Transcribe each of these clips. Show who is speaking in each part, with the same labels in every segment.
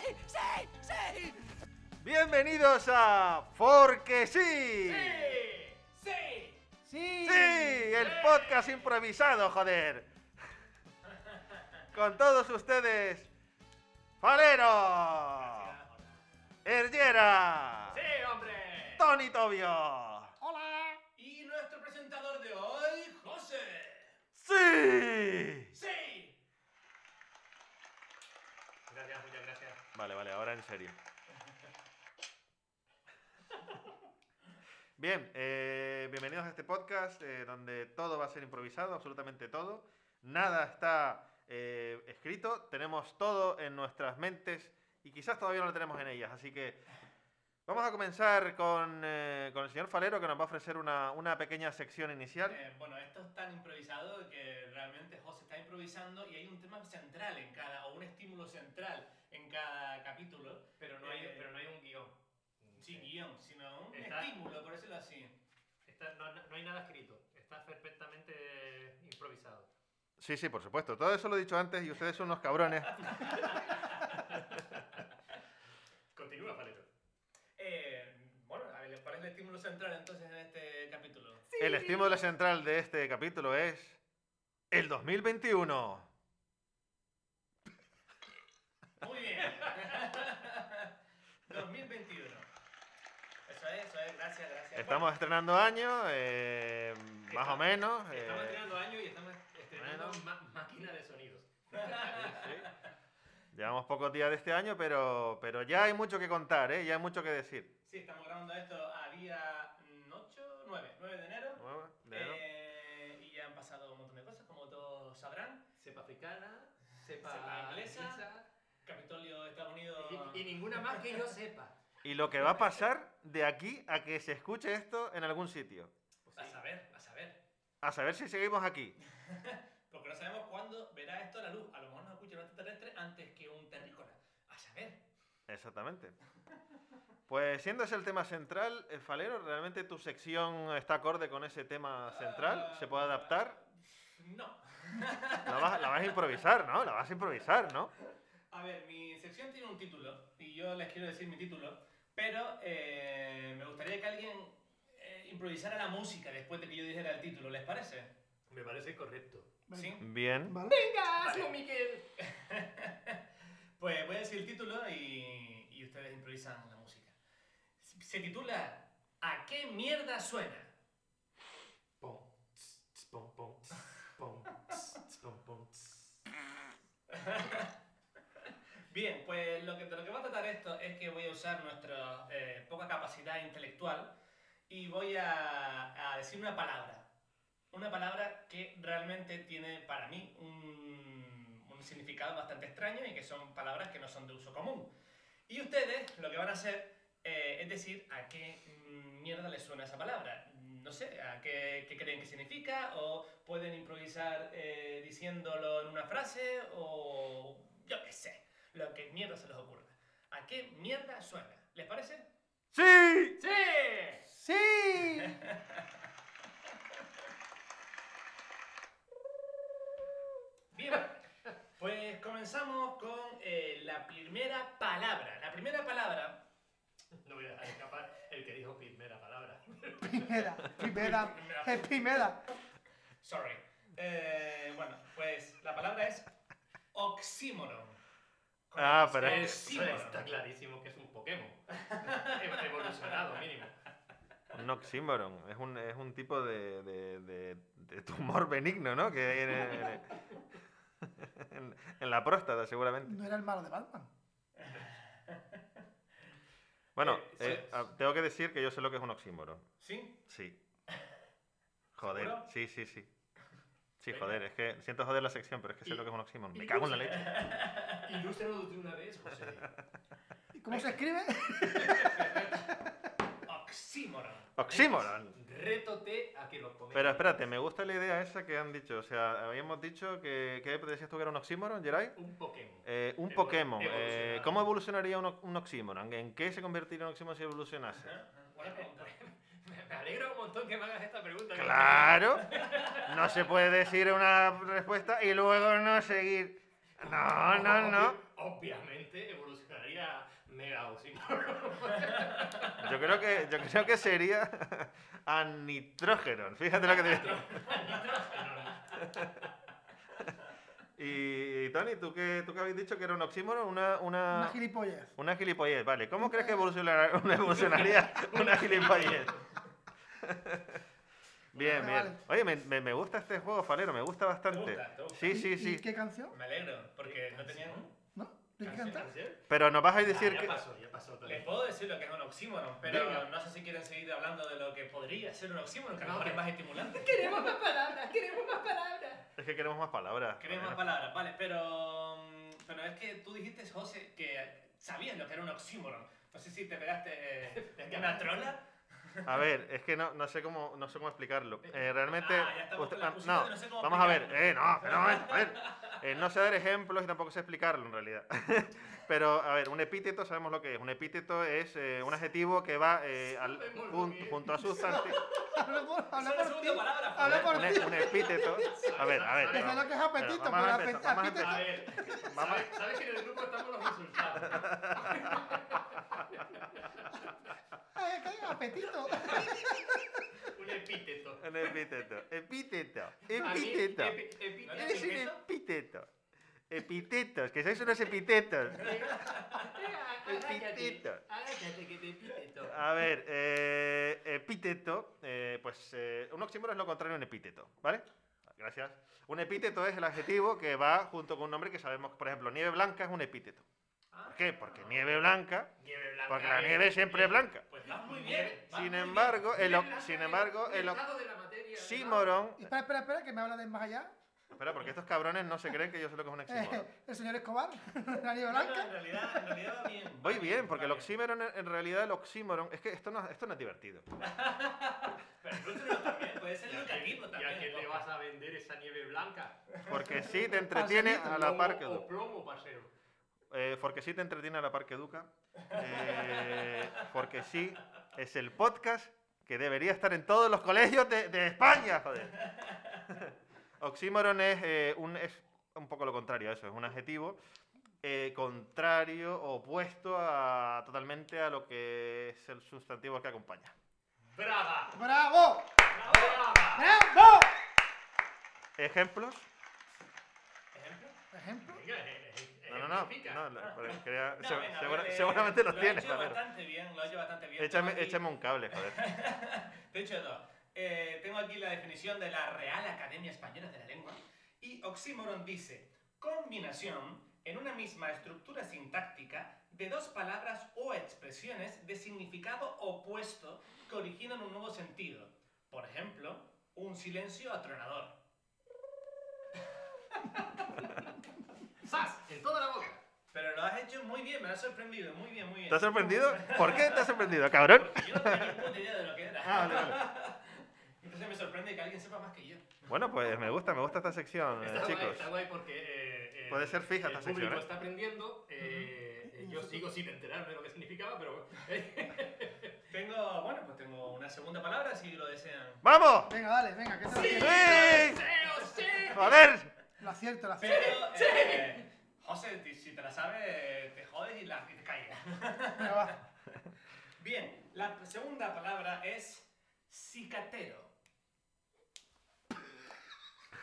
Speaker 1: ¡Sí! ¡Sí!
Speaker 2: Bienvenidos a Porque sí.
Speaker 1: ¡Sí! ¡Sí!
Speaker 2: Sí, el podcast improvisado, joder. Con todos ustedes, Falero, Herllera,
Speaker 1: ¡Sí, hombre!
Speaker 2: Tony Tobio.
Speaker 1: ¡Hola! Y nuestro presentador de hoy, José.
Speaker 2: Sí.
Speaker 1: ¡Sí! Gracias, muchas gracias.
Speaker 2: Vale, vale, ahora en serio. Bien, eh, bienvenidos a este podcast eh, donde todo va a ser improvisado, absolutamente todo. Nada está eh, escrito, tenemos todo en nuestras mentes y quizás todavía no lo tenemos en ellas. Así que vamos a comenzar con, eh, con el señor Falero que nos va a ofrecer una, una pequeña sección inicial.
Speaker 1: Eh, bueno, esto es tan improvisado que realmente José está improvisando y hay un tema central en cada, o un estímulo central en cada capítulo.
Speaker 3: Pero no hay,
Speaker 1: Eh,
Speaker 3: pero no hay un guión.
Speaker 1: Sin guión, sino un
Speaker 3: Está-
Speaker 1: estímulo, por decirlo así.
Speaker 3: Está- no, no hay nada escrito. Está perfectamente improvisado.
Speaker 2: Sí, sí, por supuesto. Todo eso lo he dicho antes y ustedes son unos cabrones.
Speaker 3: Continúa, Paleto.
Speaker 1: Eh, bueno, a ver, ¿cuál es el estímulo central entonces en este capítulo?
Speaker 2: El estímulo central de este capítulo es el 2021.
Speaker 1: Muy bien. 2021. Eso es, eso es, gracias, gracias.
Speaker 2: Estamos estrenando año, eh, más o
Speaker 3: Estamos-
Speaker 2: menos.
Speaker 3: Estamos
Speaker 2: eh,
Speaker 3: estrenando año y estamos estrenando
Speaker 2: bueno.
Speaker 3: ma- máquina de sonidos.
Speaker 2: Llevamos pocos días de este año, pero, pero ya hay mucho que contar, ¿eh? ya hay mucho que decir.
Speaker 1: Sí, estamos grabando esto a día 8, 9, 9 de enero.
Speaker 2: Bueno, de-
Speaker 1: Eh, y ya han pasado un montón de cosas, como todos sabrán.
Speaker 3: Cepa africana, cepa,
Speaker 1: Cepa inglesa. Capitolio de Estados Unidos.
Speaker 3: y, y ninguna más que yo sepa.
Speaker 2: Y lo que va a pasar de aquí a que se escuche esto en algún sitio.
Speaker 1: A saber, a saber.
Speaker 2: A saber si seguimos aquí.
Speaker 1: Porque no sabemos cuándo verá esto a la luz. A lo mejor nos escucha un extraterrestre antes que un terrícola. A saber.
Speaker 2: Exactamente. Pues siendo ese el tema central, eh, Falero, ¿realmente tu sección está acorde con ese tema central? ¿Se puede adaptar?
Speaker 1: No.
Speaker 2: La vas, la vas a improvisar, ¿no? La vas a improvisar, ¿no?
Speaker 1: A ver, mi sección tiene un título y yo les quiero decir mi título, pero eh, me gustaría que alguien eh, improvisara la música después de que yo dijera el título, ¿les parece?
Speaker 3: Me parece correcto.
Speaker 1: ¿Sí?
Speaker 2: Bien.
Speaker 3: ¡Venga, hazlo, Miquel!
Speaker 1: Pues voy a decir el título y, y ustedes improvisan la música. Se titula ¿A qué mierda suena?
Speaker 3: Pom, tss, tss, pom, pom, tss, pom, tss, tss, pom, pom, tss.
Speaker 1: Bien, pues lo que, de lo que va a tratar esto es que voy a usar nuestra eh, poca capacidad intelectual y voy a, a decir una palabra. Una palabra que realmente tiene para mí un, un significado bastante extraño y que son palabras que no son de uso común. Y ustedes lo que van a hacer eh, es decir a qué mm, mierda les suena esa palabra. No sé, a qué, qué creen que significa o pueden improvisar eh, diciéndolo en una frase o yo qué sé lo que mierda se les ocurra. ¿A qué mierda suena? ¿Les parece?
Speaker 2: ¡Sí!
Speaker 1: ¡Sí!
Speaker 2: ¡Sí!
Speaker 1: Bien, pues comenzamos con eh, la primera palabra. La primera palabra.
Speaker 3: No voy a dejar escapar el que dijo primera palabra.
Speaker 4: Primera, primera, es primera.
Speaker 1: Sorry. Eh, bueno, pues la palabra es oxímoron.
Speaker 2: Ah, pero
Speaker 3: Eh,
Speaker 2: es-
Speaker 3: sí,
Speaker 1: Oxímoron.
Speaker 3: está clarísimo que es un Pokémon. Ev- Evolucionado, mínimo.
Speaker 2: Un oxímoron. Es un, es un tipo de, de- de- de tumor benigno, ¿no? Que hay en, en- en- en la próstata, seguramente.
Speaker 4: No era el malo de Batman.
Speaker 2: Bueno,
Speaker 1: Eh, sí.
Speaker 2: eh, ah, tengo que decir que yo sé lo que es un oxímoron.
Speaker 1: ¿Sí?
Speaker 2: Sí. Joder,
Speaker 1: ¿Seguro?
Speaker 2: sí, sí, sí. Sí,
Speaker 1: Venga.
Speaker 2: joder, es que siento joder la sección, pero es que sé
Speaker 3: Y-
Speaker 2: lo que es un oxímoron. Me
Speaker 3: y-
Speaker 2: cago en la leche.
Speaker 3: Ilústranos de una vez, José.
Speaker 4: ¿Y cómo se escribe?
Speaker 1: Oxímoron.
Speaker 2: ¡Oxímoron!
Speaker 3: Rétote a que lo pongas.
Speaker 2: Pero espérate, me gusta la idea esa que han dicho. O sea, habíamos dicho que. ¿Qué decías tú que era un oxímoron, Geray?
Speaker 3: Un Pokémon.
Speaker 2: Eh, un
Speaker 3: Evol-
Speaker 2: Pokémon. eh,
Speaker 3: evolucionado.
Speaker 2: ¿Cómo evolucionaría un, o- un oxímoron? ¿En qué se convertiría un oxímoron si evolucionase?
Speaker 1: Buena pregunta.
Speaker 3: Me me alegra un montón que me hagas esta pregunta.
Speaker 2: ¡Claro! No se puede decir una respuesta y luego no seguir. No, no, no.
Speaker 3: Obvi- Obviamente evolucionaría mega, mega oxímoron.
Speaker 2: Yo creo que, yo creo que sería anitrógeno. Fíjate lo que te digo. Y, y Tony, ¿tú qué, tú qué habéis dicho que era un oxímoron, una,
Speaker 4: Una
Speaker 2: una,
Speaker 4: gilipollez.
Speaker 2: una gilipollez, vale. ¿Cómo crees que evolucionar- evolucionaría una gilipollez? Bien,
Speaker 4: Vale,
Speaker 2: bien. Oye, me, me- me gusta este juego, Falero, me gusta bastante.
Speaker 1: gusta, te gusta.
Speaker 2: Sí,
Speaker 4: ¿Y-
Speaker 2: sí,
Speaker 4: y
Speaker 2: sí.
Speaker 4: ¿Qué canción?
Speaker 1: Me alegro, porque no tenían.
Speaker 4: ¿No? ¿De qué
Speaker 1: canción,
Speaker 4: cantar?
Speaker 1: canción.
Speaker 2: Pero nos vas a
Speaker 3: Ah,
Speaker 2: decir
Speaker 3: ya
Speaker 2: que...
Speaker 3: pasó, ya pasó. Tony.
Speaker 1: Les puedo decir lo que es un oxímoron, pero
Speaker 3: Venga.
Speaker 1: no sé si quieren seguir hablando de lo que podría ser un oxímoron, que a lo
Speaker 3: No,
Speaker 1: mejor
Speaker 3: que-
Speaker 1: es más estimulante.
Speaker 5: Queremos más palabras, queremos más palabras.
Speaker 2: Es que queremos más palabras.
Speaker 1: Queremos más palabras, vale, pero. mm, Pero es que tú dijiste, José, que sabías lo que era un oxímoron. No sé si te pegaste eh, una trola.
Speaker 2: A ver, es que no, no sé cómo no sé cómo explicarlo. Eh, realmente,
Speaker 1: Ah, ya estamos
Speaker 2: usted-
Speaker 1: con la
Speaker 2: ah,
Speaker 1: excusita
Speaker 2: no,
Speaker 1: de no sé cómo
Speaker 2: vamos a ver.
Speaker 1: explicarlo.
Speaker 2: Eh, no, pero un momento, a ver. Eh, no sé dar ejemplos y tampoco sé explicarlo en realidad. pero a ver, un epíteto sabemos lo que es. Un epíteto es eh, un adjetivo que va eh, al-
Speaker 3: Sabemos lo
Speaker 2: jun-
Speaker 3: que es.
Speaker 2: junto a sustantivo.
Speaker 4: Habla por,
Speaker 1: Esa
Speaker 4: habla
Speaker 1: es la
Speaker 4: por ti.
Speaker 1: segunda palabra, joder.
Speaker 4: Habla por
Speaker 2: un,
Speaker 4: ti.
Speaker 2: e- un epíteto. A ver, a ver.
Speaker 3: Pero
Speaker 4: Desde
Speaker 2: vamos-
Speaker 4: lo que es
Speaker 2: pero
Speaker 4: apetito,
Speaker 2: vamos
Speaker 4: pero
Speaker 2: a empezar, vamos a
Speaker 4: apetito.
Speaker 3: A
Speaker 2: empezar.
Speaker 3: ver,
Speaker 2: Vamos
Speaker 3: ¿sabes, sabes que en el grupo estamos los insultados.
Speaker 4: Ay, qué eh, apetito.
Speaker 3: Un epíteto.
Speaker 2: Un epíteto. Epíteto.
Speaker 3: A mí,
Speaker 2: Epíteto.
Speaker 3: epi- epi-
Speaker 1: ¿No le
Speaker 2: Eres un
Speaker 1: epíteto?
Speaker 2: epíteto. Epítetos, que sois unos epítetos.
Speaker 3: Agáchate,
Speaker 2: Epíteto.
Speaker 3: agáchate que te epíteto.
Speaker 2: A ver, eh, epíteto, eh, pues eh, un oxímoron es lo contrario a un epíteto, ¿vale? Gracias. Un epíteto es el adjetivo que va junto con un nombre que sabemos, por ejemplo, nieve blanca es un epíteto. ¿Por qué? Porque nieve blanca,
Speaker 3: Nieve blanca.
Speaker 2: porque la
Speaker 3: eh.
Speaker 2: nieve siempre es blanca.
Speaker 1: Pues vas muy bien. vas muy
Speaker 2: Sin
Speaker 1: bien.
Speaker 2: embargo, el,
Speaker 3: Nieve
Speaker 2: o-
Speaker 3: blanca
Speaker 2: sin
Speaker 3: es
Speaker 2: embargo, el
Speaker 3: estado de la materia, ¿no?
Speaker 2: oxímoron...
Speaker 4: Espera, espera, espera, que me habla de más allá.
Speaker 2: Espera, porque estos cabrones no se creen que yo sé lo que es un oxímoron.
Speaker 4: Eh, el señor Escobar, la
Speaker 1: No,
Speaker 4: nieve
Speaker 1: no, en
Speaker 4: blanca.
Speaker 1: realidad, en realidad va bien.
Speaker 2: Voy
Speaker 1: va
Speaker 2: bien, porque el
Speaker 1: va bien.
Speaker 2: oxímoron, en realidad el oxímoron... Es que esto no, esto no es divertido.
Speaker 1: Pero el último también, puede ser
Speaker 3: ¿Y a quién-
Speaker 1: educativo
Speaker 3: ¿Y
Speaker 1: también.
Speaker 3: a quién le vas a vender esa nieve blanca?
Speaker 2: Porque sí te entretiene a la
Speaker 3: Plomo
Speaker 2: par que...
Speaker 3: O plomo, paseo.
Speaker 2: Eh, porque sí te entretiene a la par que educa. Eh, porque sí es el podcast que debería estar en todos los colegios de, de España, joder. Oxímoron es, eh, un, es un poco lo contrario a eso, es un adjetivo eh, contrario, opuesto a, totalmente a lo que es el sustantivo que acompaña.
Speaker 3: ¡Brava!
Speaker 4: ¡Bravo!
Speaker 3: ¡Brava!
Speaker 4: ¡Bravo!
Speaker 2: ¿Ejemplos?
Speaker 1: ¿Ejemplo?
Speaker 4: Por ejemplo,
Speaker 3: Venga, eh, eh,
Speaker 2: No, no, no.
Speaker 3: ejemplifica.
Speaker 2: no, la- porque quería-
Speaker 1: No,
Speaker 2: se-
Speaker 1: venga, a
Speaker 2: segura-
Speaker 1: ver, eh,
Speaker 2: seguramente los
Speaker 1: lo
Speaker 2: tienes,
Speaker 1: Lo he hecho
Speaker 2: Valero.
Speaker 1: bastante bien, lo he hecho bastante bien.
Speaker 2: Échame,
Speaker 1: Tengo aquí-
Speaker 2: échame un cable, joder.
Speaker 1: Te he hecho dos. Eh, tengo aquí la definición de la Real Academia Española de la Lengua. Y oxímoron dice, combinación en una misma estructura sintáctica de dos palabras o expresiones de significado opuesto que originan un nuevo sentido. Por ejemplo, un silencio atronador.
Speaker 3: ¡Sas! En toda la boca.
Speaker 1: Pero lo has hecho muy bien, me has sorprendido, muy bien, muy bien.
Speaker 2: ¿Te has sorprendido? ¿Por qué te has sorprendido, cabrón?
Speaker 1: Porque yo no tenía ni puta idea de lo que era.
Speaker 2: Ah, vale, vale.
Speaker 1: Entonces me sorprende que alguien sepa más que yo.
Speaker 2: Bueno, pues me gusta, me gusta esta sección, eh,
Speaker 3: Está guay,
Speaker 2: chicos.
Speaker 3: está guay porque. eh, el-
Speaker 2: Puede ser fija
Speaker 3: el
Speaker 2: esta sección,
Speaker 3: público
Speaker 2: ¿eh?
Speaker 3: está aprendiendo. eh, eh, yo sigo sin enterarme de lo que significaba, pero.
Speaker 1: Tengo, bueno, pues tengo una segunda palabra si lo desean.
Speaker 2: ¡Vamos!
Speaker 4: venga, dale, venga, que te lo acierto.
Speaker 2: ¡Sí!
Speaker 3: ¡Deseo, sí!
Speaker 2: ¡Joder!
Speaker 4: Lo acierto, lo
Speaker 1: Pero,
Speaker 4: acierto.
Speaker 1: eh, José, ti- si te la sabes, te jodes y, la, y te callas.
Speaker 4: Venga, va.
Speaker 1: Bien, la segunda palabra es cicatero.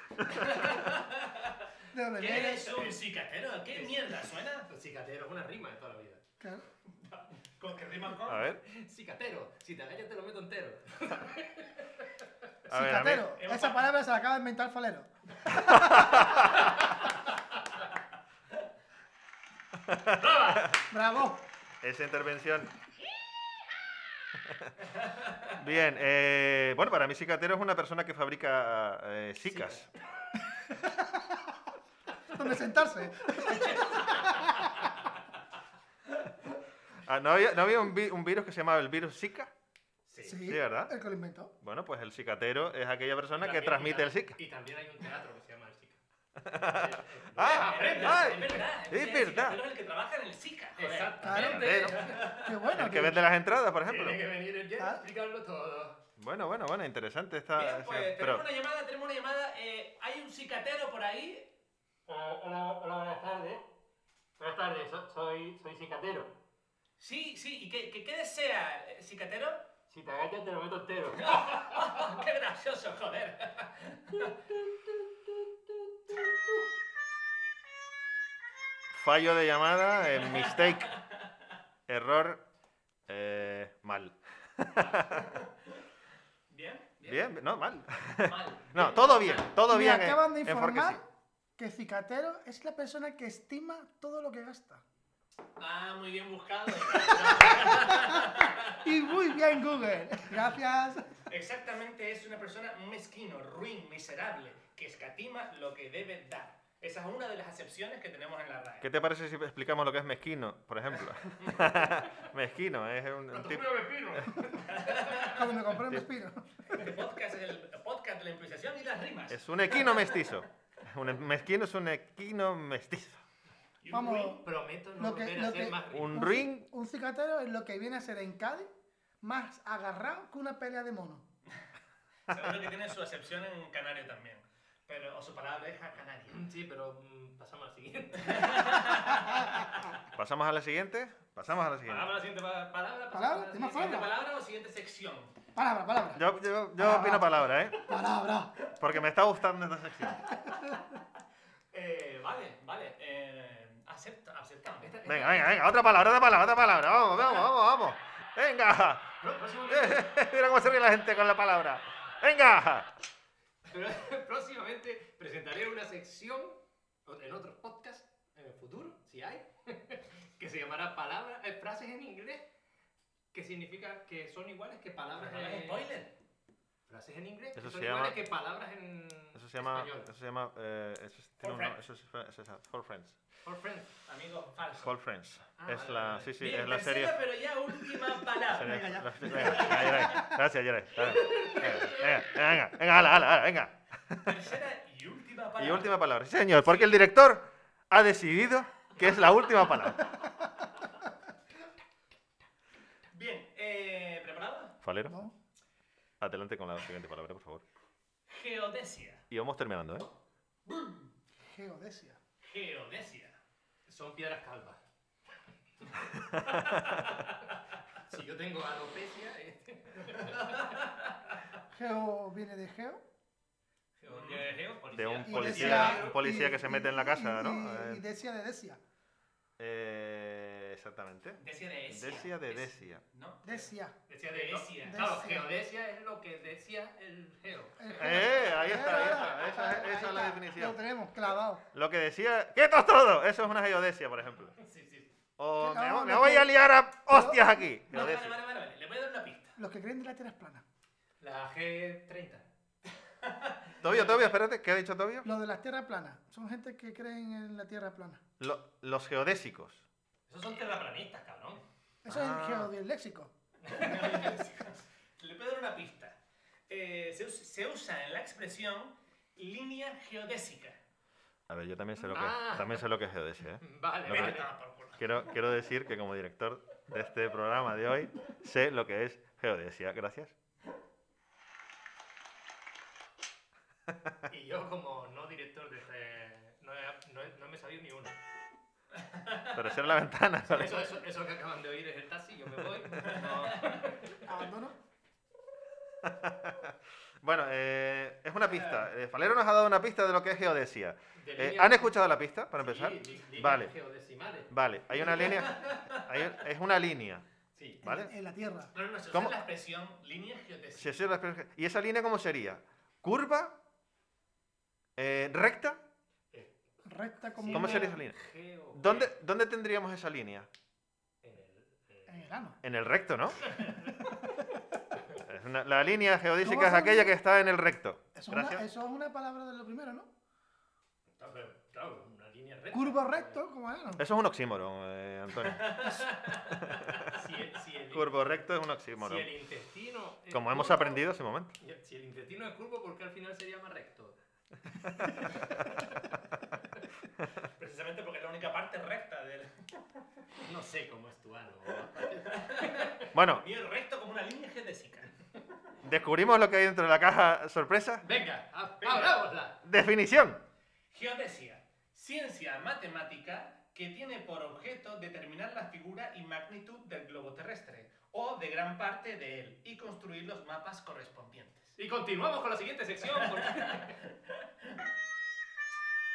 Speaker 4: ¿De dónde
Speaker 1: ¿Qué
Speaker 4: vienes?
Speaker 1: eres un cicatero? ¿Qué mierda suena?
Speaker 3: Cicatero, es una rima de toda la vida.
Speaker 4: Claro.
Speaker 1: Con que riman con.
Speaker 2: A ver,
Speaker 3: Cicatero, si te agachas te lo meto entero.
Speaker 2: a ver, a mí-
Speaker 4: Cicatero. Esa palabra se la acaba de inventar Falero. ¡Bravo!
Speaker 2: esa intervención. Bien, eh, bueno, para mí cicatero es una persona que fabrica eh, cicas.
Speaker 4: ¿Dónde sentarse?
Speaker 2: Ah, ¿no, había, no había un, vi- un virus que se llamaba el virus Zika?
Speaker 3: Sí.
Speaker 4: Sí,
Speaker 2: ¿verdad?
Speaker 4: El que lo inventó.
Speaker 2: Bueno, pues el cicatero es aquella persona que
Speaker 3: También-
Speaker 2: transmite el Zika.
Speaker 3: Y también hay un teatro que se llama el Zika.
Speaker 2: Ah,
Speaker 1: Es
Speaker 2: aprende.
Speaker 1: verdad,
Speaker 2: ay,
Speaker 1: es verdad.
Speaker 2: es
Speaker 1: el
Speaker 2: verdad.
Speaker 1: cicatero es el que trabaja en el cica. joder.
Speaker 3: Exactamente.
Speaker 4: Qué bueno.
Speaker 2: El que
Speaker 4: tío.
Speaker 2: vende las entradas, por ejemplo.
Speaker 3: Tiene que venir el día a
Speaker 4: Ah.
Speaker 3: explicarlo todo.
Speaker 2: Bueno, bueno, bueno, interesante esta.
Speaker 1: Bien, pues
Speaker 2: esa-
Speaker 1: tenemos
Speaker 2: pero,
Speaker 1: una llamada, tenemos una llamada. eh, hay un cicatero por ahí.
Speaker 3: Eh, Hola, buenas tardes. Buenas tardes, soy, soy cicatero.
Speaker 1: Sí, sí, y que, que qué desea eh, Cicatero.
Speaker 3: Si te agachas te lo meto entero.
Speaker 1: ¡Qué gracioso, joder!
Speaker 2: Fallo de llamada, eh, mistake, error, eh, mal.
Speaker 1: ¿Bien?
Speaker 2: Bien, no, mal.
Speaker 1: Mal.
Speaker 2: No, todo bien, todo
Speaker 4: Me
Speaker 2: bien. eh, en-
Speaker 4: acaban de
Speaker 2: en Forquesi.
Speaker 4: informar que Cicatero es la persona que estima todo lo que gasta.
Speaker 1: Ah, muy bien buscado.
Speaker 4: Y muy bien, Google. Gracias.
Speaker 1: Exactamente, es una persona mezquino, ruin, miserable, que escatima lo que debe dar. Esa es una de las acepciones que tenemos en la RAE.
Speaker 2: ¿Qué te parece si explicamos lo que es mezquino, por ejemplo? mezquino, es un, un tipo...
Speaker 4: Cuando me compré un respiro.
Speaker 1: Este podcast es el podcast de la improvisación y las rimas.
Speaker 2: Es un equino mestizo. Un mezquino es un equino mestizo.
Speaker 3: Y
Speaker 4: Vamos.
Speaker 3: Win, prometo no
Speaker 4: Lo que-
Speaker 3: volver
Speaker 4: lo
Speaker 3: a ser
Speaker 4: que-
Speaker 3: más rico.
Speaker 2: Un ring,
Speaker 4: Un cicatero es lo que viene a ser en Cádiz más agarrado que una pelea de mono.
Speaker 1: Seguro que tiene su acepción en canario también. Pero, o su palabra es a canario.
Speaker 3: Sí, pero mm, pasamos al siguiente.
Speaker 2: pasamos a la siguiente, pasamos a la siguiente.
Speaker 1: Palabra, siguiente pa- palabra. pasamos
Speaker 4: Palabra,
Speaker 1: a la
Speaker 4: ¿tema
Speaker 1: siguiente
Speaker 4: palabra?
Speaker 1: palabra o siguiente sección.
Speaker 4: Palabra, palabra.
Speaker 2: Yo, yo,
Speaker 4: Ah,
Speaker 2: yo opino palabra, ¿eh?
Speaker 4: Palabra.
Speaker 2: Porque me está gustando esta sección.
Speaker 1: Eh, vale, vale. Eh, acepto, aceptamos. Esta- esta-
Speaker 2: Venga, venga, venga, otra palabra, otra palabra, otra palabra. Vamos, vamos, vamos, vamos. Venga.
Speaker 3: Pro- próximo
Speaker 2: Eh, eh, eh, Mira cómo se ríe la gente con la palabra. Venga.
Speaker 3: Pero próximamente presentaré una sección o- en otros podcasts, en el futuro, si hay, que se llamará palabras, eh, frases en inglés, que significa que son iguales que palabras
Speaker 1: ¿No es
Speaker 3: en
Speaker 1: Eh, spoiler?
Speaker 3: Frases en inglés,
Speaker 2: Eso
Speaker 3: que son
Speaker 2: se llama-
Speaker 3: iguales que palabras en
Speaker 2: Eso se llama.
Speaker 3: español.
Speaker 2: Eso se llama. eh, eso, es- tiene
Speaker 1: Whole
Speaker 2: un nom- eso es. Eso es. Whole Friends.
Speaker 3: For friends.
Speaker 1: Amigo, falso.
Speaker 2: Whole Friends.
Speaker 3: Ah,
Speaker 2: es
Speaker 3: vale,
Speaker 2: la.
Speaker 3: vale.
Speaker 2: Sí, sí,
Speaker 1: Bien,
Speaker 2: es la serie.
Speaker 1: tercera, pero ya última palabra.
Speaker 2: serie- la- venga, ya, ya, ya. Gracias, Yeray. Venga, venga, venga, ala, ala, ala, venga.
Speaker 1: Tercera y última palabra.
Speaker 2: Y última palabra. Sí, señor, porque el director ha decidido que es la última palabra.
Speaker 1: Bien, eh, ¿preparado?
Speaker 2: Falero,
Speaker 4: ¿No?
Speaker 2: adelante con la siguiente palabra, por favor.
Speaker 1: Geodesia.
Speaker 2: Y vamos terminando, ¿eh?
Speaker 4: Geodesia.
Speaker 1: Geodesia.
Speaker 3: Son piedras calvas. si yo tengo alopecia, eh,
Speaker 4: Geo viene de geo.
Speaker 3: geo- de geo,
Speaker 2: De un
Speaker 4: y
Speaker 2: policía,
Speaker 4: desia-
Speaker 2: un policía
Speaker 4: y-
Speaker 2: que se
Speaker 4: y-
Speaker 2: mete en la
Speaker 4: y-
Speaker 2: casa,
Speaker 4: y-
Speaker 2: ¿no?
Speaker 4: Y,
Speaker 2: Eh,
Speaker 4: y desia de desia.
Speaker 2: Eh, exactamente.
Speaker 1: Decia de Esia.
Speaker 2: Desia de
Speaker 1: Es-
Speaker 2: Desia.
Speaker 1: ¿No?
Speaker 4: Desia.
Speaker 3: Decía de
Speaker 1: Decia.
Speaker 3: Claro,
Speaker 4: Decia.
Speaker 3: geodesia es lo que decía el geo.
Speaker 4: El geo.
Speaker 2: Eh, ahí está, ahí está.
Speaker 4: Eh,
Speaker 2: Esa es,
Speaker 4: ahí
Speaker 2: esa es la
Speaker 4: está.
Speaker 2: definición.
Speaker 4: Lo tenemos clavado.
Speaker 2: Lo que decía. ¡Quietos todos! Eso es una geodesia, por ejemplo.
Speaker 1: Sí, sí.
Speaker 2: O
Speaker 4: No,
Speaker 2: Oh, me, vo-
Speaker 4: lo
Speaker 2: me
Speaker 4: que-
Speaker 2: voy a liar a hostias aquí.
Speaker 1: No, vale,
Speaker 2: Geodesia.
Speaker 1: vale, vale, vale. Le voy a dar una pista.
Speaker 4: Los que creen de la tierra es plana.
Speaker 3: La G30.
Speaker 2: Tobio, Tobio, espérate. ¿Qué ha dicho Tobio?
Speaker 4: Los de la tierra plana. Son gente que creen en la tierra plana.
Speaker 2: Lo- los geodésicos.
Speaker 3: Esos son terraplanistas, cabrón.
Speaker 4: Eso
Speaker 2: Ah.
Speaker 4: es geodiléxico.
Speaker 1: Le voy a dar una pista. Eh, se, us- se usa en la expresión línea geodésica.
Speaker 2: A ver, yo también sé lo que,
Speaker 3: Ah.
Speaker 2: también sé lo que es geodesia. ¿eh?
Speaker 3: Vale,
Speaker 2: Lo que-
Speaker 3: vale.
Speaker 1: Ah, por culo.
Speaker 2: Quiero, quiero decir que como director de este programa de hoy, sé lo que es geodesia. Gracias.
Speaker 3: Y yo como no director de este... No, he- no he- no me sabía ni uno.
Speaker 2: Pero cierra la ventana. ¿vale?
Speaker 3: Eso, eso, eso que acaban de oír es el taxi, yo me voy. No.
Speaker 4: Abandono.
Speaker 2: Bueno, eh, es una pista. Eh, Falero nos ha dado una pista de lo que es geodesia.
Speaker 3: De
Speaker 2: Eh,
Speaker 3: líneas-
Speaker 2: ¿Han escuchado la pista, para empezar?
Speaker 3: Sí, li- líneas
Speaker 2: Vale.
Speaker 3: geodecimales.
Speaker 2: Vale, hay una línea. hay un- es una línea,
Speaker 3: Sí.
Speaker 4: En,
Speaker 2: ¿vale?
Speaker 4: en la tierra.
Speaker 1: No, no, no, se usa
Speaker 2: ¿Cómo?
Speaker 1: en la expresión línea geodésica.
Speaker 2: Se cierra la expresión- ¿Y esa línea cómo sería? ¿Curva? Eh, ¿Recta?
Speaker 4: Recta como.
Speaker 2: ¿Cómo
Speaker 4: una-
Speaker 2: sería esa línea?
Speaker 1: eh,
Speaker 3: Geo-
Speaker 2: ¿Dónde, ¿Dónde tendríamos esa línea?
Speaker 3: En el- en
Speaker 4: En el ano.
Speaker 2: En el recto, ¿no? Es una- la línea geodésica es
Speaker 4: ¿Cómo se-
Speaker 2: aquella que está en el recto.
Speaker 4: Eso es, una,
Speaker 2: Gracias.
Speaker 4: eso es una palabra de lo primero, ¿no?
Speaker 3: Ah, pero, Claro, una línea recta.
Speaker 4: Curvo recto, como ano.
Speaker 2: Eso es un oxímoron, eh, Antonio.
Speaker 3: Si el, si el-
Speaker 2: Curvo recto es un
Speaker 3: si
Speaker 2: oxímoron.
Speaker 3: el intestino. es
Speaker 2: Como hemos
Speaker 3: curvo-
Speaker 2: aprendido hace un momento.
Speaker 3: Si el intestino es curvo, ¿por qué al final sería más recto?
Speaker 1: Precisamente porque es la única parte recta del.
Speaker 3: No sé cómo es tu ano.
Speaker 2: Bueno,
Speaker 1: Bien recto como una línea geodésica.
Speaker 2: descubrimos lo que hay dentro de la caja sorpresa.
Speaker 3: Venga, ab-
Speaker 1: Venga.
Speaker 3: abrámosla.
Speaker 2: Definición.
Speaker 1: Geodesia, ciencia matemática que que tiene por objeto determinar la figura y magnitud del globo terrestre, o de gran parte de él, y construir los mapas correspondientes.
Speaker 3: Y continuamos con la siguiente sección. porque-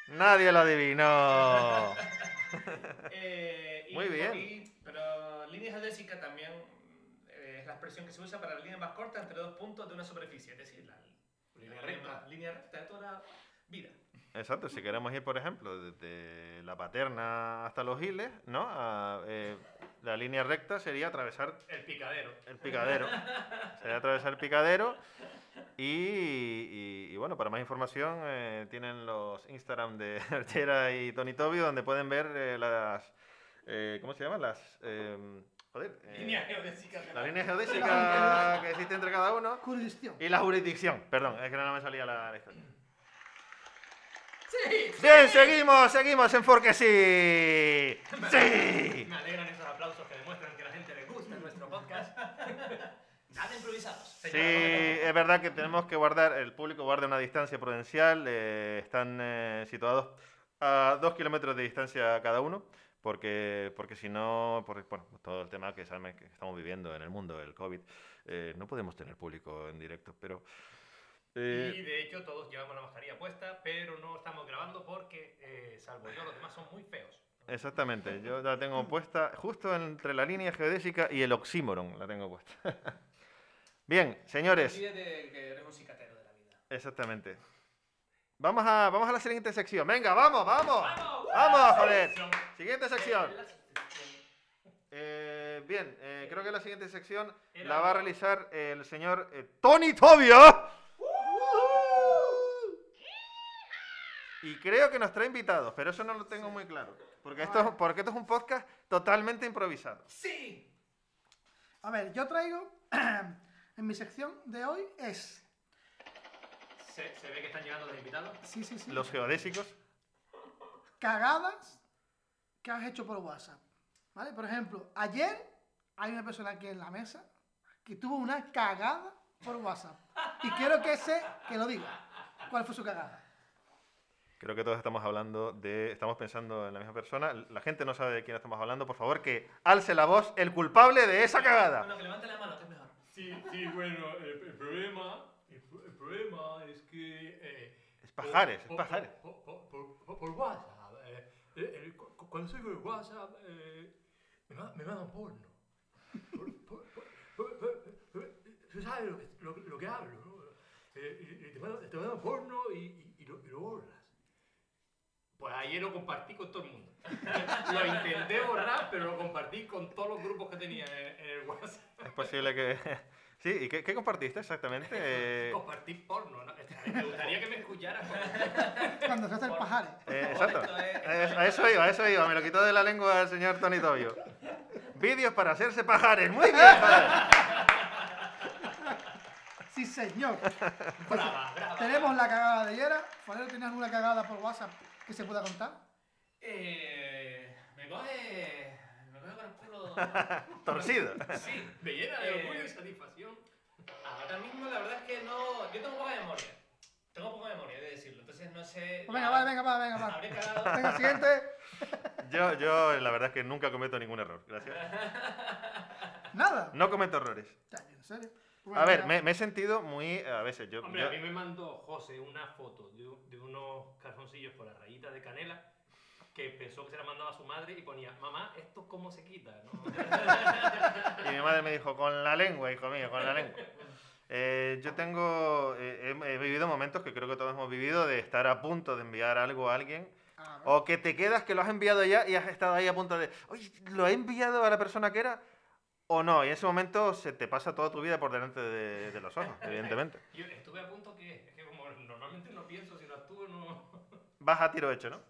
Speaker 2: Nadie lo adivinó.
Speaker 1: Eh, y
Speaker 2: Muy
Speaker 1: un
Speaker 2: bien.
Speaker 1: poquí- pero línea geodésica también eh, es la expresión que se usa para la línea más corta entre dos puntos de una superficie, es decir, la,
Speaker 3: Línea
Speaker 1: la
Speaker 3: recta.
Speaker 1: línea recta de toda la vida.
Speaker 2: Exacto, si queremos ir, por ejemplo, desde la paterna hasta los giles, ¿no? A, eh, la línea recta sería atravesar
Speaker 3: El picadero.
Speaker 2: el picadero. Sería atravesar el picadero. Y, y- y bueno, para más información eh, tienen los Instagram de Archera y Tony Tobio, donde pueden ver eh, las... eh, ¿Cómo se llaman? Las... em, joder. eh,
Speaker 1: Línea geodésica.
Speaker 2: la línea geodésica que existe entre cada uno.
Speaker 4: Jurisdicción.
Speaker 2: Y la jurisdicción, perdón, es que no me salía la, la historia.
Speaker 5: Sí.
Speaker 2: Bien, seguimos, seguimos en Forque sí. Sí.
Speaker 3: Me alegran esos aplausos que demuestran que a la gente le gusta nuestro podcast.
Speaker 1: Nada de improvisados.
Speaker 2: Sí,
Speaker 1: señor.
Speaker 2: es verdad que tenemos que guardar, el público guarda una distancia prudencial, eh, están eh, situados a dos kilómetros de distancia cada uno, porque, porque si no, porque, bueno, todo el tema que, saben que estamos viviendo en el mundo, el COVID, eh, no podemos tener público en directo, pero... eh,
Speaker 3: Y de hecho todos llevamos la mascarilla puesta, pero no estamos grabando porque, eh, salvo yo, los demás son muy feos.
Speaker 2: Exactamente, yo la tengo puesta justo entre la línea geodésica y el oxímoron, la tengo puesta. Bien,
Speaker 1: No
Speaker 2: señores,
Speaker 1: olvides de que eres un cicatero de la vida.
Speaker 2: exactamente. Vamos a, vamos a la siguiente sección. Venga, vamos, vamos. Vamos, joder. Siguiente sección. Eh, bien, eh, creo que la siguiente sección
Speaker 3: Era-
Speaker 2: la va a realizar el señor eh, Tony Tobio. Y creo que nos trae invitados, pero eso no lo tengo muy claro. Porque esto, es- porque esto es un podcast totalmente improvisado.
Speaker 1: ¡Sí!
Speaker 4: A ver, yo traigo en mi sección de hoy es.
Speaker 3: Se, se ve que están llegando los invitados.
Speaker 4: Sí, sí, sí.
Speaker 2: Los geodésicos.
Speaker 4: Cagadas que has hecho por WhatsApp. ¿Vale? Por ejemplo, ayer hay una persona aquí en la mesa que tuvo una cagada por WhatsApp. Y quiero que se que lo diga. ¿Cuál fue su cagada?
Speaker 2: Creo que todos estamos hablando de. Estamos pensando en la misma persona. La gente no sabe de quién estamos hablando. Por favor, que alce la voz el culpable de esa cagada.
Speaker 1: Bueno, que levante la mano, que es mejor.
Speaker 3: Sí, sí, bueno, el, el problema, el, pro- el problema es que... eh,
Speaker 2: Es pajares, es
Speaker 3: por-
Speaker 2: pajares.
Speaker 3: Por, por- por- por- por WhatsApp. eh, eh, eh, cu- cu- cuando soy por WhatsApp, eh, me, ma- me mandan porno. Por- por- por- por- por- por- Tú sabes lo que, lo, que- lo que hablo, ¿no? Eh, y- y te, mandan, te mandan porno y, y- y lo, y lo borras. Pues ayer lo compartí con todo el mundo. lo intenté borrar, pero lo compartí con todos los grupos que tenía en, en el WhatsApp.
Speaker 2: Es posible que. Sí, ¿y qué, qué compartiste exactamente? Eh,
Speaker 3: Compartir porno, ¿no? Me gustaría que me escucharas.
Speaker 4: Cuando se hace el pajare.
Speaker 2: eh, exacto.
Speaker 1: Esto es-
Speaker 2: Eh, A eso iba, a eso iba. Me lo quitó de la lengua el señor Tony Tobio. Vídeos para hacerse pajares. Muy bien, joder.
Speaker 4: Sí, señor.
Speaker 2: Pues
Speaker 3: Brava, brava.
Speaker 4: Tenemos la cagada de Yera. Falero, ¿tienes alguna cagada por WhatsApp que se pueda contar?
Speaker 1: Eh, me coge. Me coge con el culo.
Speaker 2: Torcido.
Speaker 1: Sí.
Speaker 3: Me llena de
Speaker 1: Eh,
Speaker 3: orgullo y satisfacción.
Speaker 1: Ahora mismo la verdad es que no. Yo tengo poca memoria. Tengo poca memoria, he de decirlo. Entonces no sé.
Speaker 4: Pues venga, vale, venga, va, venga, va.
Speaker 1: Habré cagado.
Speaker 4: Venga, siguiente.
Speaker 2: Yo, yo, la verdad es que nunca cometo ningún error. Gracias.
Speaker 4: Nada.
Speaker 2: No cometo errores.
Speaker 4: Ya, En serio.
Speaker 2: A ver, me, me he sentido muy. A veces, yo.
Speaker 3: Hombre,
Speaker 2: yo-
Speaker 3: a mí me mandó José una foto de, un- de unos calzoncillos con la rayita de canela que pensó que se la mandaba a su madre y ponía, mamá, ¿esto cómo se quita? ¿no?
Speaker 2: Y mi madre me dijo, con la lengua, hijo mío, con la lengua. Eh, yo tengo, eh, he, he vivido momentos que creo que todos hemos vivido de estar a punto de enviar algo a alguien.
Speaker 4: Ah,
Speaker 2: O que te quedas que lo has enviado ya y has estado ahí a punto de, oye, ¿lo he enviado a la persona que era? O no, y en ese momento se te pasa toda tu vida por delante de, de los ojos, evidentemente.
Speaker 3: Yo estuve a punto que, es que como normalmente no pienso, si no actúo, no...
Speaker 2: Vas a tiro hecho, ¿no?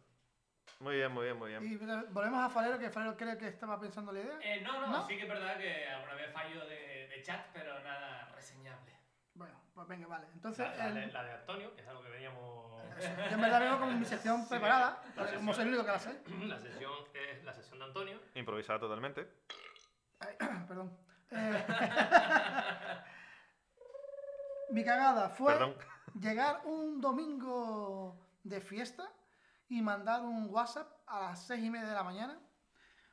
Speaker 2: Muy bien, muy bien, muy bien.
Speaker 4: Y volvemos a Falero, que Falero creo que estaba pensando la idea.
Speaker 1: Eh, no, no,
Speaker 4: ¿No?
Speaker 1: sí que es verdad que alguna vez fallo de, de chat, pero nada reseñable.
Speaker 4: Bueno, pues venga, vale. Entonces,
Speaker 3: La, la-
Speaker 2: em.
Speaker 4: el-
Speaker 3: la de Antonio, que es algo que veníamos...
Speaker 4: yo en verdad vengo con mi sección preparada, porque como soy el único que la sé.
Speaker 3: La sesión eh. es la sesión de Antonio.
Speaker 2: Improvisada totalmente.
Speaker 4: Perdón. Eh, mi cagada fue
Speaker 2: Perdón.
Speaker 4: llegar un domingo de fiesta y mandar un WhatsApp a las seis y media de la mañana,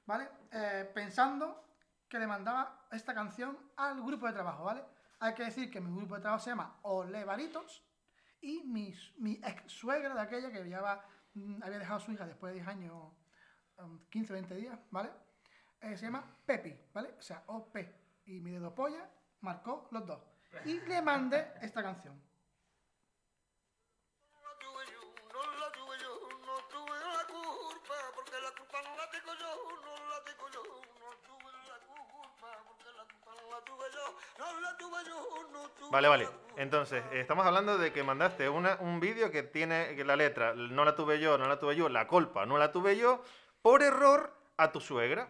Speaker 4: ¿vale? Eh, pensando que le mandaba esta canción al grupo de trabajo, ¿vale? Hay que decir que mi grupo de trabajo se llama Olevaritos y mi, mi ex suegra de aquella que llevaba, mm, había dejado a su hija después de 10 años, um, 15 o 20 días, ¿vale? Eh, se llama Pepi, ¿vale? O sea, OP. Y mi dedo polla marcó los dos. Y le mandé esta canción.
Speaker 6: No la tuve yo, no la tuve yo, no tuve la culpa, porque la culpa no la tengo yo, no la tengo yo, no tuve la culpa, porque la culpa no la tuve yo, no la tuve yo, no tuve
Speaker 2: Vale, vale.
Speaker 6: la culpa.
Speaker 2: Entonces, eh, estamos hablando de que mandaste una- un vídeo que tiene que la letra no la tuve yo, no la tuve yo, la culpa no la tuve yo, por error a tu suegra.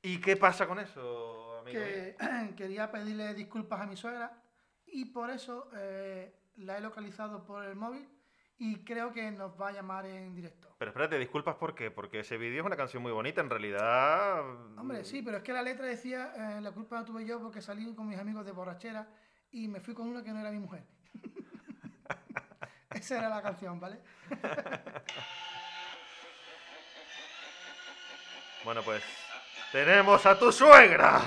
Speaker 2: ¿Y qué pasa con eso, amigo? mío?
Speaker 4: que quería pedirle disculpas a mi suegra y por eso eh, la he localizado por el móvil y creo que nos va a llamar en directo.
Speaker 2: Pero espérate, disculpas por qué, porque ese vídeo es una canción muy bonita, en realidad.
Speaker 4: Hombre, sí, pero es que la letra decía, eh, la culpa la tuve yo porque salí con mis amigos de borrachera y me fui con una que no era mi mujer. Esa era la canción, ¿vale?
Speaker 2: Bueno, pues tenemos a tu suegra.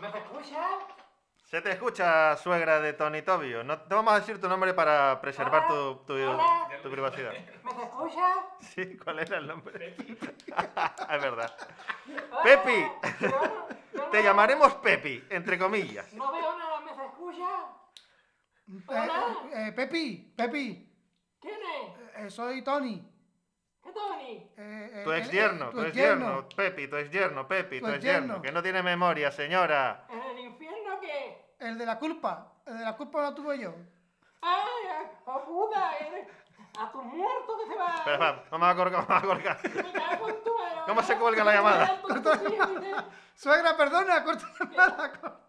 Speaker 3: ¿Me escuchas?
Speaker 2: Se te escucha, suegra de Tony Tobio. No te vamos a decir tu nombre para preservar tu, tu-
Speaker 1: Hola.
Speaker 2: tu privacidad.
Speaker 3: ¿Me escuchas?
Speaker 2: Sí, ¿cuál era el nombre? es verdad.
Speaker 3: Hola.
Speaker 2: Pepi.
Speaker 3: Yo no- yo
Speaker 2: Te
Speaker 3: no-
Speaker 2: llamaremos Pepi, entre comillas.
Speaker 3: No veo nada, ¿me escucha?
Speaker 4: Eh,
Speaker 3: Hola.
Speaker 4: eh, Pepi, Pepi,
Speaker 3: ¿Quién es?
Speaker 4: eh, eh, soy Tony.
Speaker 3: ¿Qué Tony?
Speaker 4: Eh, eh,
Speaker 2: Tu
Speaker 4: él-
Speaker 2: ex yerno,
Speaker 4: eh,
Speaker 2: tu ex yerno, Pepi, tu ex yerno, Pepi,
Speaker 4: Tu
Speaker 2: tu ex yerno,
Speaker 4: ex-yerno.
Speaker 2: que no tiene memoria, señora.
Speaker 3: ¿En el infierno qué?
Speaker 4: El de la culpa, el de la culpa la tuve yo.
Speaker 3: ¡Ay, a- a puta! eres- ¡A tu muerto que se va!
Speaker 2: Pero va, vamos a colgar, vamos a colgar.
Speaker 3: Me cago en tu madre.
Speaker 2: ¿Cómo se cuelga la llamada?
Speaker 3: Tú, tú, tú,
Speaker 4: Suegra, perdona, corta llamada, corta.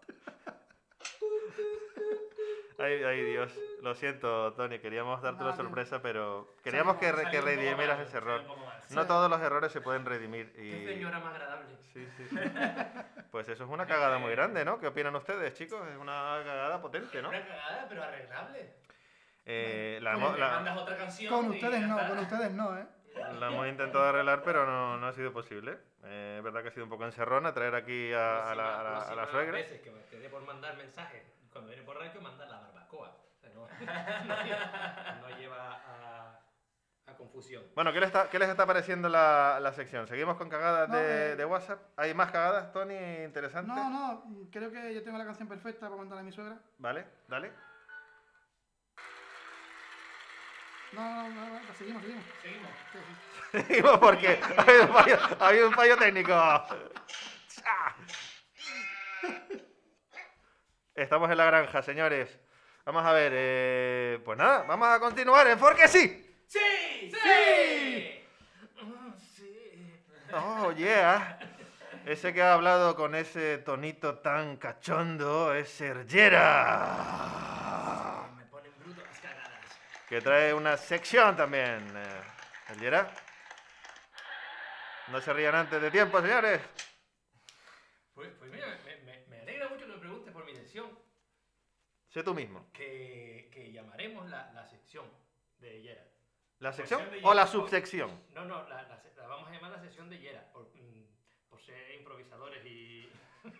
Speaker 2: Ay, ay, Dios. Lo siento, Tony, queríamos darte la
Speaker 4: Vale.
Speaker 2: sorpresa, pero queríamos que, re-
Speaker 1: Salió
Speaker 2: que
Speaker 1: un poco
Speaker 2: redimieras
Speaker 1: mal,
Speaker 2: ese
Speaker 1: salió
Speaker 2: error.
Speaker 1: un poco mal.
Speaker 2: No
Speaker 4: Sí.
Speaker 2: todos los errores se pueden redimir.
Speaker 3: Qué
Speaker 2: Y...
Speaker 3: señora más agradable.
Speaker 2: Sí, sí. Pues eso es una cagada muy grande, ¿no? ¿Qué opinan ustedes, chicos? Es una cagada potente, ¿no?
Speaker 1: Una cagada, pero arreglable.
Speaker 2: Eh, la,
Speaker 1: Oye,
Speaker 2: hemos,
Speaker 1: le
Speaker 2: la-
Speaker 1: mandas otra canción.
Speaker 4: Con
Speaker 1: y
Speaker 4: ustedes
Speaker 1: ya
Speaker 4: no,
Speaker 1: está.
Speaker 4: con ustedes no, ¿eh?
Speaker 2: la hemos intentado arreglar, pero no, no ha sido posible. Eh, es verdad que ha sido un poco encerrona traer aquí a, a la, a la- a la
Speaker 3: Próxima-
Speaker 2: suegra.
Speaker 3: veces que me quedé por mandar mensajes. Cuando viene por radio, mandar la barbacoa. O sea, no, no lleva, no lleva a, a confusión.
Speaker 2: Bueno, ¿qué les está, qué les está pareciendo la, la sección? ¿Seguimos con cagadas
Speaker 4: No,
Speaker 2: de,
Speaker 4: eh.
Speaker 2: de WhatsApp? ¿Hay más cagadas, Tony, interesantes?
Speaker 4: No, no, creo que yo tengo la canción perfecta para mandarle a mi suegra.
Speaker 2: Vale, dale.
Speaker 4: No, no, no, no, seguimos, seguimos.
Speaker 1: Seguimos.
Speaker 4: Sí, sí.
Speaker 2: Seguimos porque ha habido un fallo, ha habido un fallo técnico. Cha. Estamos en la granja, señores. Vamos a ver, eh, pues nada, vamos a continuar en Porque sí.
Speaker 1: ¡Sí!
Speaker 3: ¡Sí!
Speaker 2: Oh, yeah. Ese que ha hablado con ese tonito tan cachondo es Sergera.
Speaker 3: Ah, Me ponen bruto las cagadas.
Speaker 2: Que trae una sección también. eh. ¿Sergera? No se rían antes de tiempo, señores.
Speaker 3: Pues, pues mira, me, me- me alegra mucho que me preguntes por mi sección,
Speaker 2: Sé tú mismo.
Speaker 3: que, que llamaremos la, la sección de Yera.
Speaker 2: ¿La sección
Speaker 3: Sección de
Speaker 2: o la
Speaker 3: Yera.
Speaker 2: subsección?
Speaker 3: No, no, la, la se- la vamos a llamar la sección de Yera, por, mm, por ser improvisadores y...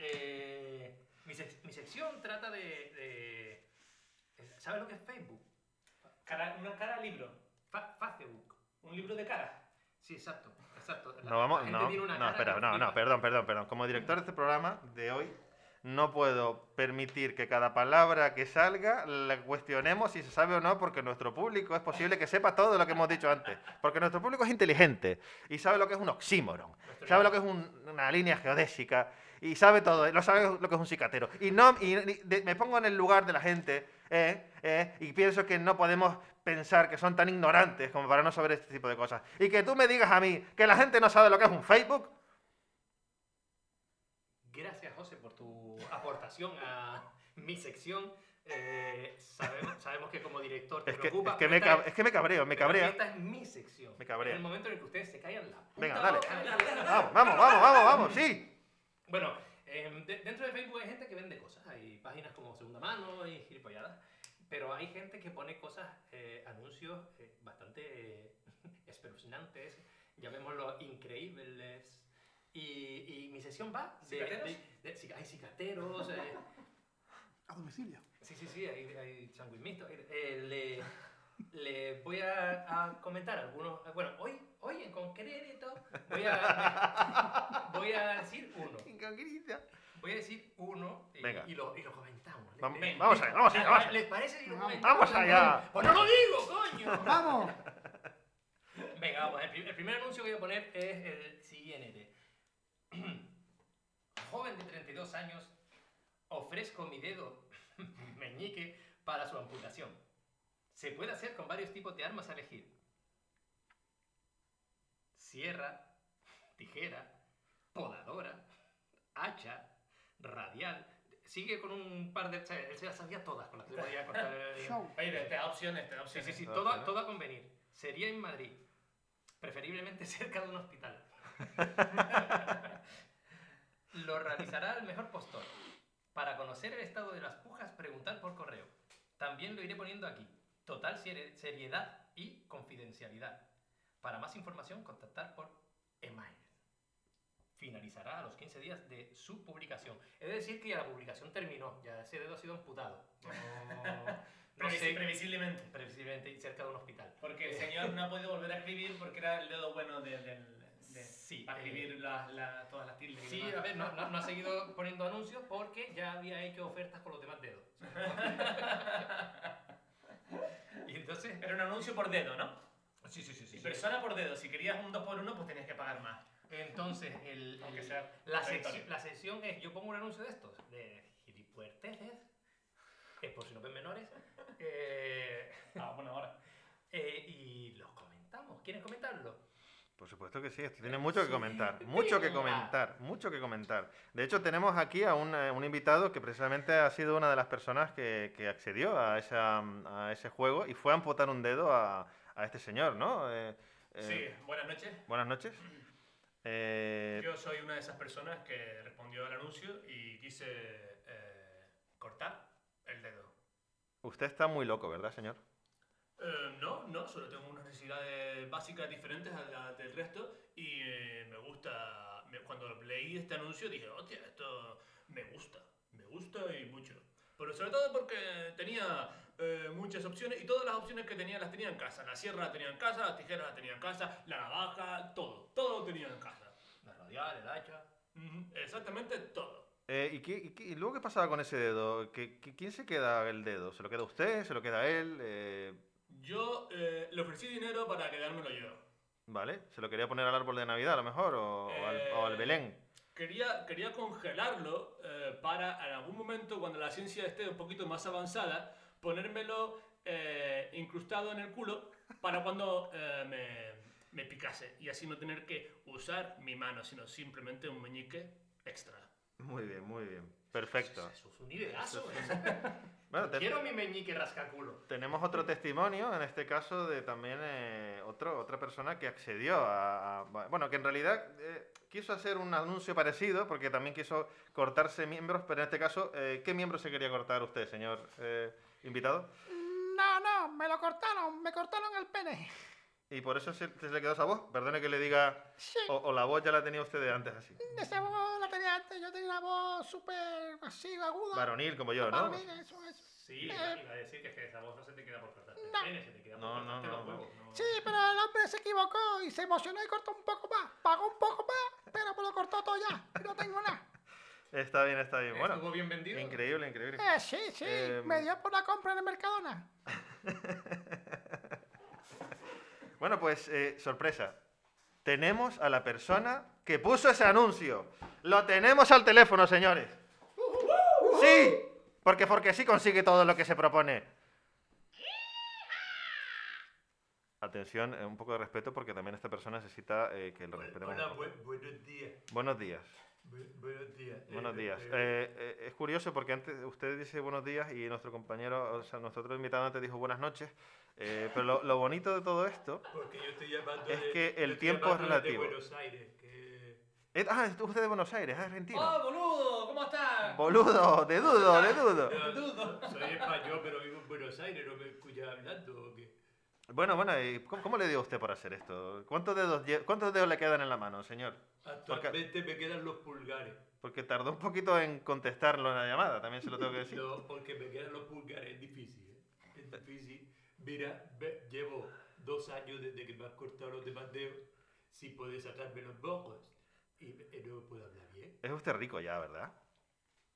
Speaker 3: Eh, mi, sec- mi sección trata de, de- eh, ¿Sabes lo que es Facebook?
Speaker 1: Cara- una cara al libro.
Speaker 3: Fa- Facebook.
Speaker 1: Un libro de cara.
Speaker 3: Sí, exacto, exacto. La-
Speaker 2: No vamos,
Speaker 3: la gente
Speaker 2: no,
Speaker 3: tiene una
Speaker 2: no,
Speaker 3: cara
Speaker 2: espera,
Speaker 3: que
Speaker 2: no, no,
Speaker 3: flipa.
Speaker 2: perdón, perdón, perdón. Como director de este programa de hoy, no puedo permitir que cada palabra que salga la cuestionemos si se sabe o no, porque nuestro público es posible que sepa todo lo que hemos dicho antes. Porque nuestro público es inteligente y sabe lo que es un oxímoron,
Speaker 3: Nuestro
Speaker 2: sabe lo que es un- una línea geodésica y sabe todo, lo sabe lo que es un cicatero. Y no, y- y de- me pongo en el lugar de la gente ¿eh? ¿eh? y pienso que no podemos pensar que son tan ignorantes como para no saber este tipo de cosas. Y que tú me digas a mí que la gente no sabe lo que es un Facebook.
Speaker 3: Gracias, José, por tu aportación a mi sección. Eh, sabemos, sabemos que como director te
Speaker 2: Es que,
Speaker 3: preocupa.
Speaker 2: es, que
Speaker 3: pero
Speaker 2: me,
Speaker 3: esta
Speaker 2: cab- es que me cabreo, me
Speaker 3: pero
Speaker 2: cabrea.
Speaker 3: Esta es mi sección.
Speaker 2: Me cabrea.
Speaker 3: En el momento en el que ustedes se callan la puta
Speaker 2: Venga, dale.
Speaker 3: boca.
Speaker 2: Vamos, vamos, vamos, vamos, vamos, sí.
Speaker 3: Bueno, em, de- dentro de Facebook hay gente que vende cosas. Hay páginas como Segunda Mano y gilipolladas. Pero hay gente que pone cosas, eh, anuncios eh, bastante eh, espeluznantes, llamémoslo increíbles. Y, y mi sesión va de.
Speaker 1: ¿Cicateros?
Speaker 3: de- de- cica- hay cicateros. eh,
Speaker 4: A domicilio.
Speaker 3: sí, sí, sí, hay, hay sanguimientos, eh, eh, le, le voy a, a comentar algunos. Bueno, hoy, hoy en concreto voy a, voy a decir uno. Voy a decir uno y,
Speaker 2: Venga.
Speaker 3: y lo, y lo comentamos.
Speaker 2: Vam-
Speaker 3: Eh,
Speaker 2: vamos allá, vamos allá, vamos allá.
Speaker 3: ¿Les parece? si lo
Speaker 4: Vamos.
Speaker 3: comentamos?
Speaker 2: Vamos allá.
Speaker 3: Pues no lo digo, coño.
Speaker 4: ¡Vamos!
Speaker 3: Venga, vamos. El, pri- el primer anuncio que voy a poner es el siguiente. Joven de 32 años, ofrezco mi dedo meñique para su amputación. Se puede hacer con varios tipos de armas a elegir. Sierra, tijera, podadora, hacha, radial. Sigue con un par de... Él se las sabía todas con las que podía cortar el-
Speaker 4: Show.
Speaker 1: Oye, te, te da opciones, te da
Speaker 3: Sí,
Speaker 1: opciones.
Speaker 3: sí, sí,
Speaker 2: Ah,
Speaker 3: toda,
Speaker 2: claro.
Speaker 3: toda a convenir. Sería en Madrid, preferiblemente cerca de un hospital. Lo realizará el mejor postor. Para conocer el estado de las pujas, preguntar por correo. También lo iré poniendo aquí. Total serie- seriedad y confidencialidad. Para más información, contactar por email. Finalizará a los 15 días de su publicación. Es decir, que ya la publicación terminó. Ya ese dedo ha sido amputado. No, no
Speaker 1: Previsi-
Speaker 3: sé-
Speaker 1: Previsiblemente.
Speaker 3: previsiblemente y cerca de un hospital.
Speaker 1: Porque el
Speaker 3: Eh,
Speaker 1: señor no ha podido volver a escribir porque era el dedo bueno de, del- de-
Speaker 3: Sí,
Speaker 1: para
Speaker 3: eh,
Speaker 1: escribir las- las- todas las tildes. y
Speaker 3: Sí,
Speaker 1: demás.
Speaker 3: a ver, no, no- no ha seguido poniendo anuncios porque ya había hecho ofertas con los demás dedos. y entonces...
Speaker 1: Era un anuncio por dedo, ¿no?
Speaker 3: Sí, sí, sí, sí.
Speaker 1: Y
Speaker 3: sí.
Speaker 1: persona por dedo. Si querías un 2x1, pues tenías que pagar más.
Speaker 3: Entonces, el,
Speaker 1: Aunque
Speaker 3: el-
Speaker 1: sea
Speaker 3: la,
Speaker 1: aleatorio.
Speaker 3: secci- la sección es, yo pongo un anuncio de estos, de gilipuerteces, es por si no ven menores, eh,
Speaker 1: Ah, bueno, ahora.
Speaker 3: eh, y los comentamos. ¿Quieren comentarlo?
Speaker 2: Por supuesto que sí, esto
Speaker 1: Eh,
Speaker 2: tiene mucho que comentar, mucho que
Speaker 3: Venga.
Speaker 2: comentar, mucho que comentar. De hecho, tenemos aquí a un, eh, un invitado que precisamente ha sido una de las personas que, que accedió a, esa, a ese juego y fue a amputar un dedo a, a este señor, ¿no? Eh, eh,
Speaker 1: Sí, buenas noches.
Speaker 2: Buenas noches. Eh,
Speaker 1: Yo soy una de esas personas que respondió al anuncio y quise eh, cortar el dedo.
Speaker 2: usted está muy loco, ¿verdad, señor?
Speaker 1: Eh, no, no, solo tengo unas necesidades básicas diferentes a las del resto y eh, me gusta, me- cuando leí este anuncio dije, hostia, esto me gusta, me gusta y mucho. Pero sobre todo porque tenía eh, muchas opciones y todas las opciones que tenía las tenía en casa. La sierra la tenía en casa, las tijeras las tenía en casa, la navaja, todo, todo lo tenía en casa.
Speaker 3: La radial, el hacha...
Speaker 1: Ujú, Exactamente todo.
Speaker 2: Eh, ¿y, qué, y qué- y luego qué pasaba con ese dedo? ¿Qué, qué- quién se queda el dedo? ¿Se lo queda usted? ¿Se lo queda él? Eh,
Speaker 1: Yo eh, le ofrecí dinero para quedármelo yo.
Speaker 2: ¿Vale? ¿Se lo quería poner al árbol de Navidad a lo mejor? ¿O, o al, o al
Speaker 1: Eh,
Speaker 2: Belén?
Speaker 1: Quería, quería congelarlo eh, para en algún momento, cuando la ciencia esté un poquito más avanzada, ponérmelo eh, incrustado en el culo para cuando eh, me, me picase. Y así no tener que usar mi mano, sino simplemente un meñique extra.
Speaker 2: Muy bien, muy bien. Perfecto.
Speaker 3: Eso es un ideazo.
Speaker 2: Bueno, te-
Speaker 3: Quiero mi meñique rascaculo.
Speaker 2: tenemos otro testimonio, en este caso, de también eh, otro, otra persona que accedió a, a- Bueno, que en realidad eh, quiso hacer un anuncio parecido, porque también quiso cortarse miembros, pero en este caso, eh, ¿qué miembro se quería cortar usted, señor eh, invitado?
Speaker 4: No, no, me lo cortaron, me cortaron el pene.
Speaker 2: Y por eso se, se le quedó esa voz. Perdone que le diga...
Speaker 4: Sí,
Speaker 2: O, o la voz ya la tenía usted de antes así.
Speaker 4: esa voz la tenía antes, yo tenía una voz súper así, aguda.
Speaker 2: Varonil, como yo, ¿no?
Speaker 4: Varonil, eso es.
Speaker 3: Sí, iba
Speaker 2: Eh.
Speaker 3: iba a decir que, es que esa voz no se te queda por cortarte el
Speaker 4: No.
Speaker 3: pene, se te queda por
Speaker 2: No,
Speaker 3: cortarte
Speaker 2: no,
Speaker 3: los
Speaker 2: no,
Speaker 3: huevos.
Speaker 4: Sí, pero el hombre se equivocó y se emocionó y cortó un poco más. Pagó un poco más, pero me lo cortó todo ya. y no tengo nada.
Speaker 2: Está bien, está bien.
Speaker 3: Estuvo
Speaker 2: Bueno,
Speaker 3: bien vendido.
Speaker 2: increíble, increíble.
Speaker 4: Eh, sí, sí,
Speaker 2: Em.
Speaker 4: me dio por la compra en el Mercadona.
Speaker 2: Bueno, pues eh, sorpresa. Tenemos a la persona que puso ese anuncio. Lo tenemos al teléfono, señores. Sí, porque porque sí consigue todo lo que se propone. Atención, eh, un poco de respeto porque también esta persona necesita eh, que lo respetemos. un
Speaker 3: Hola,
Speaker 2: poco.
Speaker 3: bu- buenos días.
Speaker 2: Buenos días.
Speaker 3: Bu- buenos días. Eh,
Speaker 2: Buenos días.
Speaker 3: eh,
Speaker 2: Eh, eh, es curioso porque antes usted dice buenos días y nuestro compañero, o sea, nuestro otro invitado antes dijo buenas noches. Eh, pero lo- lo bonito de todo esto
Speaker 3: porque yo estoy llamando
Speaker 2: es
Speaker 3: de-
Speaker 2: que
Speaker 3: yo
Speaker 2: el
Speaker 3: estoy
Speaker 2: tiempo es
Speaker 3: llamando desde
Speaker 2: relativo.
Speaker 3: Buenos Aires, que
Speaker 2: Et- Ah, es usted de Buenos Aires, es argentino.
Speaker 1: ¡Oh, boludo! ¿Cómo estás?
Speaker 2: Boludo, de dudo, de dudo.
Speaker 1: Te dudo.
Speaker 3: Soy español, pero vivo en Buenos Aires, no me escuchas hablando o qué.
Speaker 2: Bueno, bueno, ¿y cómo, cómo le dio a usted por hacer esto? ¿Cuántos dedos, lle- ¿Cuántos dedos le quedan en la mano, señor?
Speaker 3: Actualmente me quedan los pulgares.
Speaker 2: Porque tardó un poquito en contestarlo en la llamada, también se lo tengo que decir.
Speaker 3: No, porque me quedan los pulgares, es difícil. ¿eh? Es difícil. Mira, ve- llevo dos años desde que me has cortado los demás dedos sin poder sacarme los mocos. Y eh, no puedo hablar bien.
Speaker 2: Es usted rico ya, ¿verdad?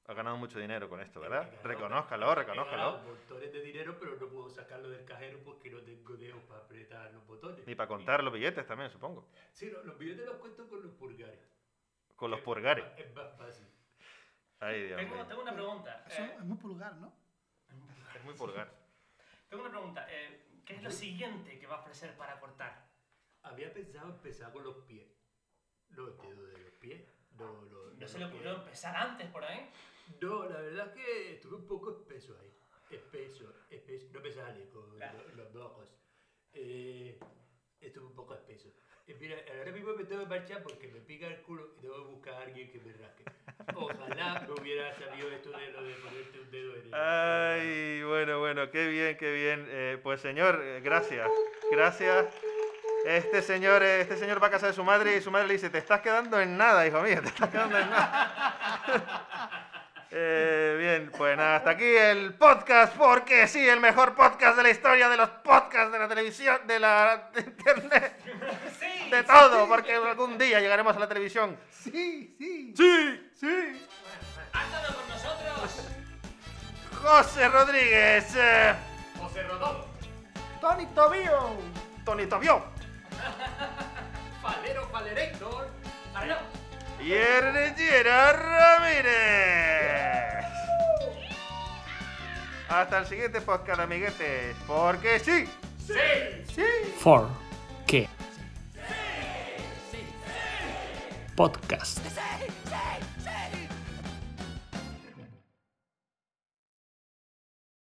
Speaker 2: Ha ganado mucho dinero con esto,
Speaker 3: He
Speaker 2: ¿verdad?
Speaker 3: ganado-
Speaker 2: Reconózcalo,
Speaker 3: he ganado
Speaker 2: reconózcalo.
Speaker 3: montones de dinero, pero no puedo sacarlo del cajero porque no tengo dedos para apretar los botones.
Speaker 2: Ni para contar los billetes también, supongo.
Speaker 3: Sí, no, los billetes los cuento con los pulgares.
Speaker 2: Con los
Speaker 3: Es-
Speaker 2: pulgares.
Speaker 3: Es más fácil.
Speaker 2: Ay, Dios
Speaker 1: Tengo,
Speaker 2: mío.
Speaker 1: tengo una pregunta.
Speaker 4: Eso
Speaker 1: eh,
Speaker 4: es muy pulgar, ¿no?
Speaker 2: Es muy pulgar.
Speaker 1: tengo una pregunta. eh, ¿Qué es lo siguiente que va a ofrecer para cortar?
Speaker 3: Había pensado empezar con los pies. Los dedos de los pies. No, no, no,
Speaker 1: Ah, ¿No
Speaker 3: los
Speaker 1: se le ocurrió
Speaker 3: pies.
Speaker 1: empezar antes por ahí?
Speaker 3: No, la verdad es que estuve un poco espeso ahí. Espeso, espeso. No me sale con
Speaker 1: Claro.
Speaker 3: lo- los mocos. Eh, estuve un poco espeso. Eh, mira, ahora mismo me tengo que marchar porque me pica el culo y tengo que buscar a alguien que me rasque. Ojalá me hubiera sabido esto de lo de ponerte un dedo en el...
Speaker 2: Ay, bueno, bueno, qué bien, qué bien. Eh, pues señor, eh, gracias, gracias. Este señor, eh, este señor va a casa de su madre y su madre le dice, te estás quedando en nada, hijo mío, te estás quedando en nada. Eh, bien, pues nada, hasta aquí el podcast, porque sí, el mejor podcast de la historia de los podcasts de la televisión, de la de internet,
Speaker 1: ¡Sí!
Speaker 2: de todo, porque algún día llegaremos a la televisión.
Speaker 4: Sí, sí.
Speaker 2: Sí, sí.
Speaker 1: ¡Ándalo con nosotros!
Speaker 2: José Rodríguez, eh,
Speaker 3: José Rodón,
Speaker 4: Tony Tobio.
Speaker 2: Tony Tobión.
Speaker 3: Valero Valerector.
Speaker 1: ¡Arriba!
Speaker 2: Y Ernestina Ramírez. Hasta el siguiente podcast, amiguetes. Porque sí.
Speaker 7: For qué? Podcast.